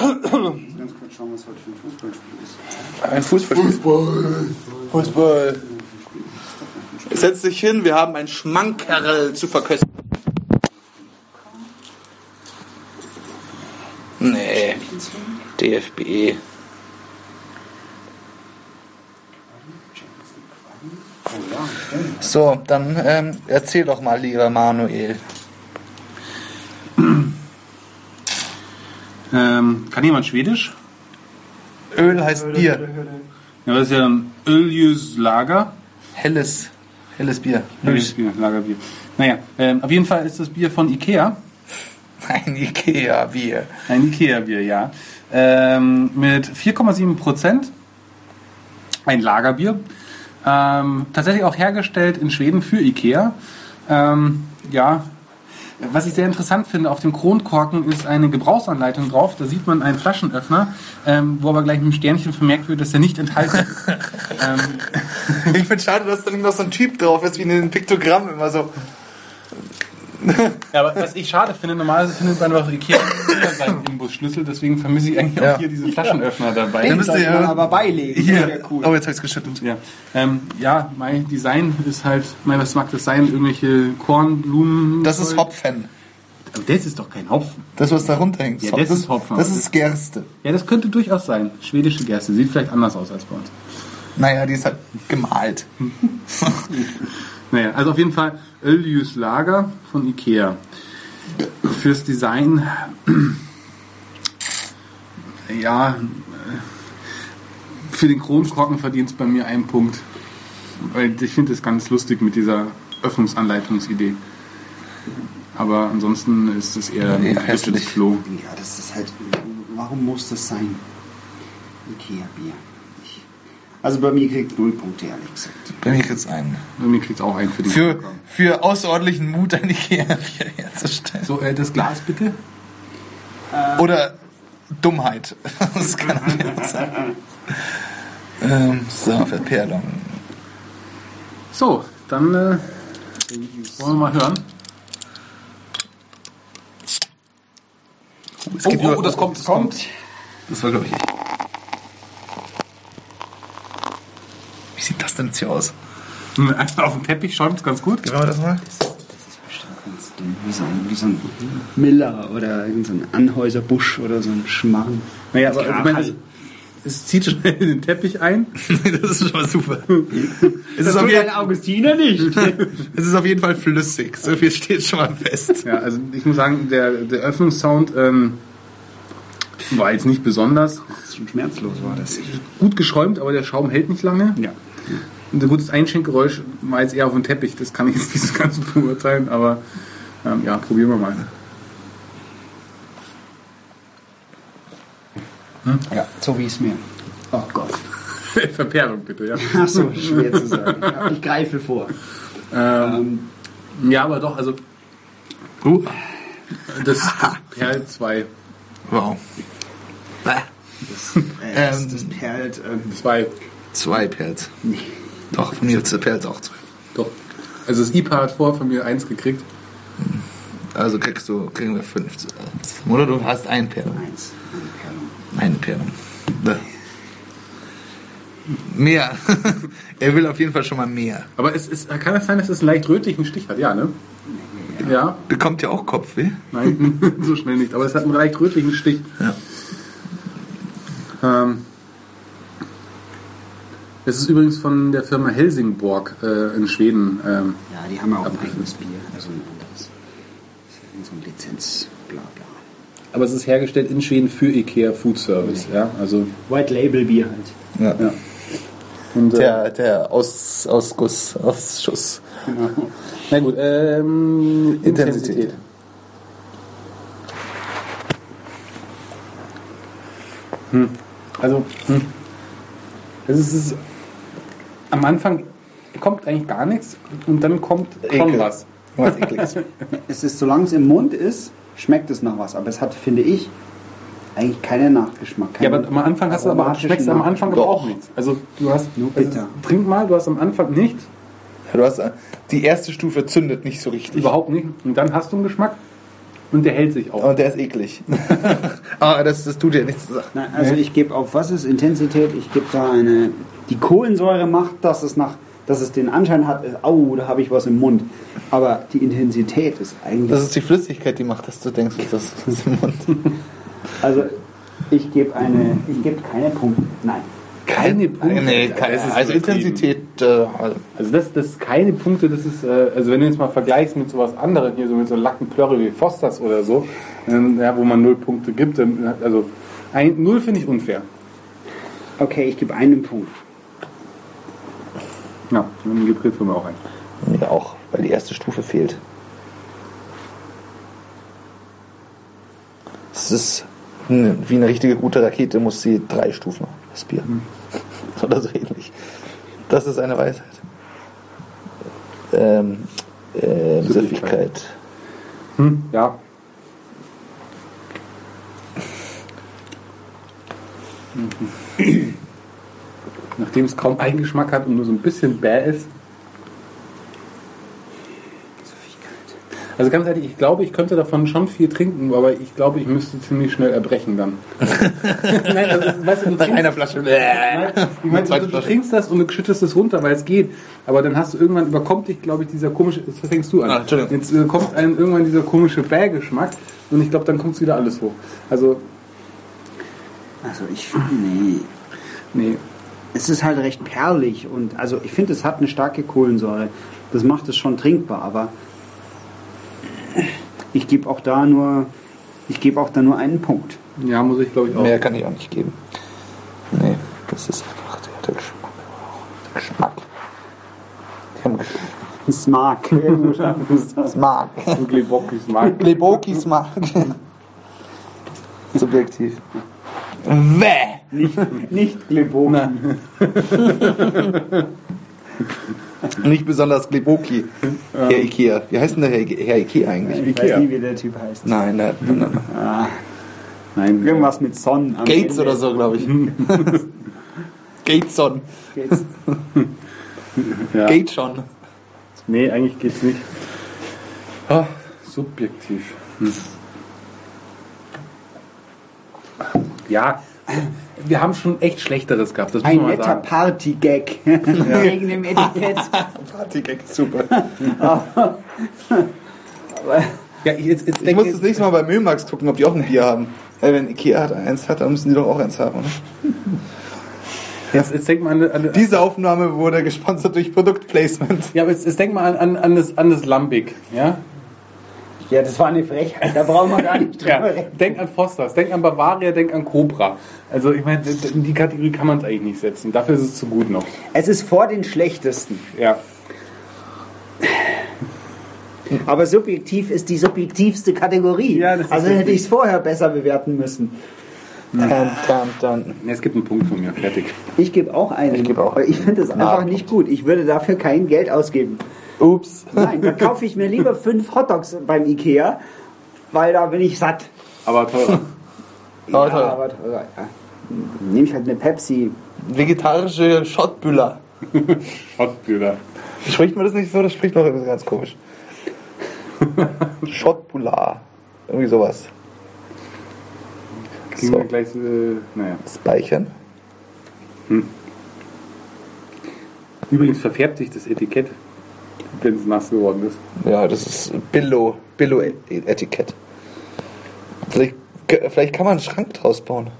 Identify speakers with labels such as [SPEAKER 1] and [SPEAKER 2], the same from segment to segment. [SPEAKER 1] Ganz kurz schauen, was heute für ein Fußballspiel ist.
[SPEAKER 2] Ein Fußballspiel. Fußball. Fußball. Setz dich hin, wir haben ein Schmankerl zu verköstigen. Nee, DFB. So, dann ähm, erzähl doch mal, lieber Manuel.
[SPEAKER 3] Ähm, kann jemand Schwedisch?
[SPEAKER 2] Öl heißt Bier.
[SPEAKER 3] Ja, das ist ja ein Öljus Lager.
[SPEAKER 2] Helles. Helles Bier.
[SPEAKER 3] Öljus Bier, Lagerbier. Naja, ähm, auf jeden Fall ist das Bier von Ikea.
[SPEAKER 2] Ein Ikea-Bier.
[SPEAKER 3] Ein Ikea-Bier, ja. Ähm, mit 4,7 Prozent. Ein Lagerbier. Ähm, tatsächlich auch hergestellt in Schweden für Ikea. Ähm, ja. Was ich sehr interessant finde, auf dem Kronkorken ist eine Gebrauchsanleitung drauf. Da sieht man einen Flaschenöffner, ähm, wo aber gleich mit einem Sternchen vermerkt wird, dass der nicht enthalten ist. ähm,
[SPEAKER 2] Ich finde schade, dass da nicht noch so ein Typ drauf ist, wie in den Piktogramm immer so.
[SPEAKER 3] Ja, aber was ich schade finde, normalerweise findet man doch Ikea immer seinen Imbusschlüssel, deswegen vermisse ich eigentlich
[SPEAKER 2] Ja.
[SPEAKER 3] auch hier diese Flaschenöffner dabei.
[SPEAKER 2] Dann müsst
[SPEAKER 1] Sollte
[SPEAKER 2] ihr-
[SPEAKER 1] man aber beilegen. Das
[SPEAKER 2] Hier.
[SPEAKER 1] wäre cool.
[SPEAKER 2] Oh, jetzt habe ich es geschüttelt.
[SPEAKER 3] Ja, ähm, ja, mein Design ist halt, mein, was mag das sein? Irgendwelche Kornblumen.
[SPEAKER 2] Das ist Hopfen.
[SPEAKER 3] Aber das ist doch kein Hopfen.
[SPEAKER 2] Das, was da runterhängt.
[SPEAKER 3] Ja, das ist Hopfen.
[SPEAKER 2] Das ist Gerste.
[SPEAKER 3] Ja, das könnte durchaus sein. Schwedische Gerste. Sieht vielleicht anders aus als bei uns.
[SPEAKER 2] Naja, die ist halt gemalt.
[SPEAKER 3] Naja, also auf jeden Fall Öljus Lager von Ikea. Fürs Design, ja, äh, für den Kronkorken verdient es bei mir einen Punkt. Weil ich finde es ganz lustig mit dieser Öffnungsanleitungsidee. Aber ansonsten ist es eher ein
[SPEAKER 2] Nee,
[SPEAKER 3] hässliches
[SPEAKER 2] hässlich.
[SPEAKER 3] Klo.
[SPEAKER 1] Ja, das ist halt. Warum muss das sein? Ikea-Bier. Ich- Also bei mir kriegt null Punkte, ehrlich gesagt.
[SPEAKER 2] Bin ich jetzt ein.
[SPEAKER 3] Bei Also mir kriegt es auch einen für den
[SPEAKER 2] Für,
[SPEAKER 3] Kronkorken.
[SPEAKER 2] für außerordentlichen Mut, ein Ikea-Bier herzustellen.
[SPEAKER 3] So, äh, das Glas bitte.
[SPEAKER 2] Oder Dummheit. Das kann auch nicht sein. Ähm, so, Verperlung.
[SPEAKER 3] So, dann äh, wollen wir mal hören. Oh,
[SPEAKER 2] Es gibt nur-
[SPEAKER 3] das kommt.
[SPEAKER 2] Das war, glaube ich. Wie sieht das denn jetzt hier aus?
[SPEAKER 3] Einfach auf dem Teppich schäumt es ganz gut.
[SPEAKER 2] Gehen wir das mal?
[SPEAKER 1] Das ist bestimmt ganz dumm. Wie so ein, wie so ein Miller oder irgendein so ein Anhäuserbusch oder so ein Schmarrn.
[SPEAKER 3] Naja, aber ich meine, es,
[SPEAKER 1] Krakal.
[SPEAKER 3] es zieht schnell in den Teppich ein.
[SPEAKER 2] das ist schon mal super. Es ist,
[SPEAKER 1] Das
[SPEAKER 2] auf
[SPEAKER 1] tut
[SPEAKER 2] jeden,
[SPEAKER 1] ein Augustiner nicht.
[SPEAKER 2] es ist auf jeden Fall flüssig. So viel steht schon mal fest.
[SPEAKER 3] Ja, also ich muss sagen, der, der Öffnungssound ähm, war jetzt nicht besonders.
[SPEAKER 1] das ist schon schmerzlos, war das.
[SPEAKER 3] Gut geschäumt, aber der Schaum hält nicht lange.
[SPEAKER 1] Ja.
[SPEAKER 3] Ein gutes Einschenkgeräusch war jetzt eher auf dem Teppich. Das kann ich jetzt nicht so ganz beurteilen, aber ähm, ja, probieren wir mal.
[SPEAKER 1] Ja, so wie es mir. Oh Gott.
[SPEAKER 3] Verperlung bitte, ja.
[SPEAKER 1] Ach so, schwer zu sagen. Ich hab- Ich greife vor.
[SPEAKER 3] Ähm, ja, aber doch, also
[SPEAKER 2] Uh,
[SPEAKER 3] das, das Perl 2.
[SPEAKER 2] wow.
[SPEAKER 1] Äh,
[SPEAKER 2] Ähm.
[SPEAKER 1] das, das perlt. Ähm,
[SPEAKER 3] 2,
[SPEAKER 2] Zwei Perls. Doch, von mir ist der Perls auch zwei.
[SPEAKER 3] doch. Also das IPA hat vorher von mir 1 gekriegt.
[SPEAKER 2] Also kriegst du, kriegen wir fünf. zusammen. Oder du hast ein Perl.
[SPEAKER 1] eins. Eine Perlung.
[SPEAKER 2] Eine Perl. Da. Mehr. er will auf jeden Fall schon mal mehr.
[SPEAKER 3] Aber es ist, kann es sein, dass es einen leicht rötlichen Stich hat? Ja, ne? Ja,
[SPEAKER 2] Bekommt ja auch Kopfweh.
[SPEAKER 3] nein, so schnell nicht. Aber es hat einen leicht rötlichen Stich.
[SPEAKER 2] Ja.
[SPEAKER 3] Ähm, es ist übrigens von der Firma Helsingborg äh, in Schweden. Ähm,
[SPEAKER 1] Ja, die haben ja auch ein eigenes Bier. Also ein anderes. So ein Lizenz, bla bla.
[SPEAKER 3] aber es ist hergestellt in Schweden für IKEA Food Service. Ja, also.
[SPEAKER 1] White Label Bier halt.
[SPEAKER 2] Ja.
[SPEAKER 3] Und, äh,
[SPEAKER 2] Der, der Aus, Ausguss, Ausschuss.
[SPEAKER 1] Genau.
[SPEAKER 3] Na gut, ähm,
[SPEAKER 2] Intensität.
[SPEAKER 3] Hm. Also, hm. Also es ist, es ist am Anfang kommt eigentlich gar nichts und dann kommt schon
[SPEAKER 2] Ekel.
[SPEAKER 3] was.
[SPEAKER 2] Was ekliges.
[SPEAKER 1] Es ist, solange es im Mund ist, schmeckt es nach was. Aber es hat, finde ich, eigentlich keinen Nachgeschmack.
[SPEAKER 3] Ja,
[SPEAKER 1] keinen
[SPEAKER 3] aber am Anfang hast du aber
[SPEAKER 1] aromatischen
[SPEAKER 3] schmeckst am Anfang aber
[SPEAKER 2] Doch.
[SPEAKER 3] auch nichts. Also du hast
[SPEAKER 1] Nur
[SPEAKER 3] also,
[SPEAKER 1] bitter.
[SPEAKER 3] trink mal, du hast am Anfang nichts,
[SPEAKER 2] Du hast, äh, die erste Stufe zündet nicht so richtig.
[SPEAKER 3] überhaupt nicht und dann hast du einen Geschmack Und der hält sich auch.
[SPEAKER 2] Und der ist eklig. Aber Ah, das, das tut ja nichts zur Sache.
[SPEAKER 1] Nein, also ich gebe auf was ist Intensität, ich gebe da eine. Die Kohlensäure macht, dass es nach, dass es den Anschein hat, äh, au, da habe ich was im Mund. Aber die Intensität ist eigentlich.
[SPEAKER 2] Das ist die Flüssigkeit, die macht, dass du denkst, das ist im Mund.
[SPEAKER 1] also ich gebe eine. Ich gebe keine Punkte. Nein.
[SPEAKER 3] Keine Punkte.
[SPEAKER 2] Nee,
[SPEAKER 3] Alter,
[SPEAKER 2] keine,
[SPEAKER 3] das ist
[SPEAKER 2] also
[SPEAKER 3] übertrieben.
[SPEAKER 2] Intensität, äh, also
[SPEAKER 3] Also das, das ist keine Punkte, das ist, äh, also wenn du jetzt mal vergleichst mit sowas anderem, hier so mit so Lackenplörre wie Fosters oder so, ähm, ja, wo man null Punkte gibt, dann, hat- also ein, null finde ich unfair.
[SPEAKER 1] Okay, ich gebe einen Punkt.
[SPEAKER 3] Ja, dann gibt Grillfirma auch ein.
[SPEAKER 2] nee, auch, weil die erste Stufe fehlt. Es ist ne, wie eine richtige gute Rakete, muss sie drei Stufen haben, das Bier.
[SPEAKER 3] Hm.
[SPEAKER 2] Oder so ähnlich. Das ist eine Weisheit. Ähm, äh,
[SPEAKER 3] Süffigkeit.
[SPEAKER 2] Süffigkeit.
[SPEAKER 3] Hm? Ja. Mhm. Nachdem es kaum Eigengeschmack hat und nur so ein bisschen bäh ist. Also ganz ehrlich, ich glaube, ich könnte davon schon viel trinken, aber ich glaube, ich müsste ziemlich schnell erbrechen dann. Nein, also, weißt du, du
[SPEAKER 2] Nach
[SPEAKER 3] trinkst-
[SPEAKER 2] einer Flasche.
[SPEAKER 3] Nein, ich meine, du, du trinkst das und du schüttest es runter, weil es geht. Aber dann hast du irgendwann überkommt dich, glaube ich, dieser komische. Jetzt fängst du an.
[SPEAKER 2] Ah, Entschuldigung.
[SPEAKER 3] Jetzt äh, kommt einem irgendwann dieser komische Bärgeschmack und ich glaube, dann kommt wieder alles hoch. Also,
[SPEAKER 1] Also ich. Nee.
[SPEAKER 3] nee.
[SPEAKER 1] Es ist halt recht perlig und also ich finde, es hat eine starke Kohlensäure. Das macht es schon trinkbar, aber ich gebe auch da nur. Ich gebe auch da nur einen Punkt.
[SPEAKER 3] Ja, muss ich, glaube ich, auch.
[SPEAKER 2] Mehr kann ich auch nicht geben. Nee, das ist einfach der, der Geschmack. Der Geschmack. Die haben Geschmack.
[SPEAKER 1] Smark.
[SPEAKER 2] Das mag.
[SPEAKER 3] Und Glebokis mag.
[SPEAKER 2] Lebokis mag. Subjektiv. Wäh!
[SPEAKER 1] Nicht Gleboki.
[SPEAKER 2] Nicht besonders Gleboki. Herr Ikea. Wie heißt denn der Herr, Ike- Herr Ikea eigentlich?
[SPEAKER 1] Ich weiß
[SPEAKER 3] Ikea.
[SPEAKER 1] nie, wie der Typ heißt.
[SPEAKER 2] Nein, nein, nein, nein.
[SPEAKER 3] Nein.
[SPEAKER 1] Irgendwas mit Sonnen. am
[SPEAKER 2] Gates
[SPEAKER 1] Ende.
[SPEAKER 2] oder so, glaube ich. Gateson.
[SPEAKER 1] Gates.
[SPEAKER 3] Ja.
[SPEAKER 2] Gateson.
[SPEAKER 3] Nee, eigentlich geht's nicht. Ah, subjektiv. Hm. Ja, wir haben schon echt Schlechteres gehabt. Das muss
[SPEAKER 1] Ein
[SPEAKER 3] man mal
[SPEAKER 1] netter
[SPEAKER 3] sagen.
[SPEAKER 1] Party-Gag. Wegen dem Etikett.
[SPEAKER 2] Partygag, super.
[SPEAKER 3] Ja, ich- jetzt, jetzt
[SPEAKER 2] Ich muss
[SPEAKER 3] denke-
[SPEAKER 2] das nächste Mal bei Müllmax gucken, ob die auch ein Bier haben. Weil wenn Ikea hat eins hat, dann müssen die doch auch eins haben. Oder?
[SPEAKER 3] Jetzt, jetzt denk mal an, an,
[SPEAKER 2] Diese Aufnahme wurde gesponsert durch Produktplacement.
[SPEAKER 3] ja, aber jetzt, jetzt denk mal an, an, an, das, an das Lambic. Ja?
[SPEAKER 1] Ja, das war eine Frechheit. Da brauchen wir gar nicht drüber
[SPEAKER 3] Ja,
[SPEAKER 1] reden.
[SPEAKER 3] denk an Fosters, denk an Bavaria, denk an Cobra. Also ich meine, in die Kategorie kann man es eigentlich nicht setzen. Dafür ist es zu gut noch.
[SPEAKER 1] Es ist vor den schlechtesten.
[SPEAKER 3] Ja.
[SPEAKER 1] Aber subjektiv ist die subjektivste Kategorie.
[SPEAKER 3] Ja, das ist
[SPEAKER 1] also hätte ich es vorher besser bewerten müssen.
[SPEAKER 2] Dann, dann, dann.
[SPEAKER 3] Es gibt einen Punkt von mir, fertig.
[SPEAKER 1] Ich gebe auch einen.
[SPEAKER 2] Ich gebe auch
[SPEAKER 1] aber ich finde es
[SPEAKER 2] einen.
[SPEAKER 1] einfach nicht gut. Ich würde dafür kein Geld ausgeben.
[SPEAKER 2] Ups.
[SPEAKER 1] Nein, da kaufe ich mir lieber fünf Hotdogs beim Ikea, weil da bin ich satt.
[SPEAKER 3] Aber teurer.
[SPEAKER 2] Aber
[SPEAKER 1] ja,
[SPEAKER 2] teurer.
[SPEAKER 1] aber teurer. Ja. Nehme ich halt eine Pepsi.
[SPEAKER 2] Vegetarische Schottbüller.
[SPEAKER 3] Schottbühler.
[SPEAKER 2] Spricht man das nicht so? Das spricht man irgendwie ganz komisch. Schottbula. Irgendwie sowas.
[SPEAKER 3] Kriegen
[SPEAKER 2] So.
[SPEAKER 3] wir gleich, äh, naja.
[SPEAKER 2] Speichern.
[SPEAKER 3] Übrigens verfärbt sich das Etikett, wenn es nass geworden ist.
[SPEAKER 2] Ja, das ist Billo. Billo-Etikett. Vielleicht, vielleicht kann man einen Schrank draus bauen.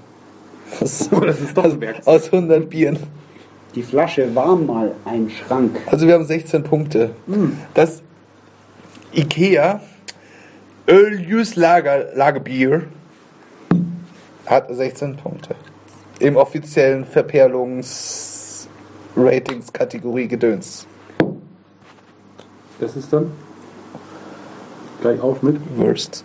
[SPEAKER 2] Das,
[SPEAKER 3] das ist doch Oh. ein Werkzeug.
[SPEAKER 2] Aus 100 Bieren.
[SPEAKER 1] Die Flasche war mal ein Schrank.
[SPEAKER 2] Also wir haben 16 Punkte. Das Ikea Öljus Lager, Lagerbier hat 16 Punkte. Im offiziellen Verperlungs-Ratings-Kategorie Gedöns.
[SPEAKER 3] Das ist dann gleich auf mit.
[SPEAKER 2] Wurst.